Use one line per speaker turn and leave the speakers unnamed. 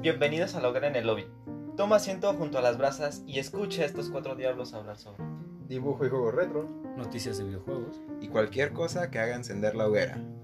Bienvenidos a Lograr en el Lobby. Toma asiento junto a las brasas y escucha a estos cuatro diablos hablar sobre.
dibujo y juego retro.
Noticias de videojuegos.
y cualquier cosa que haga encender la hoguera.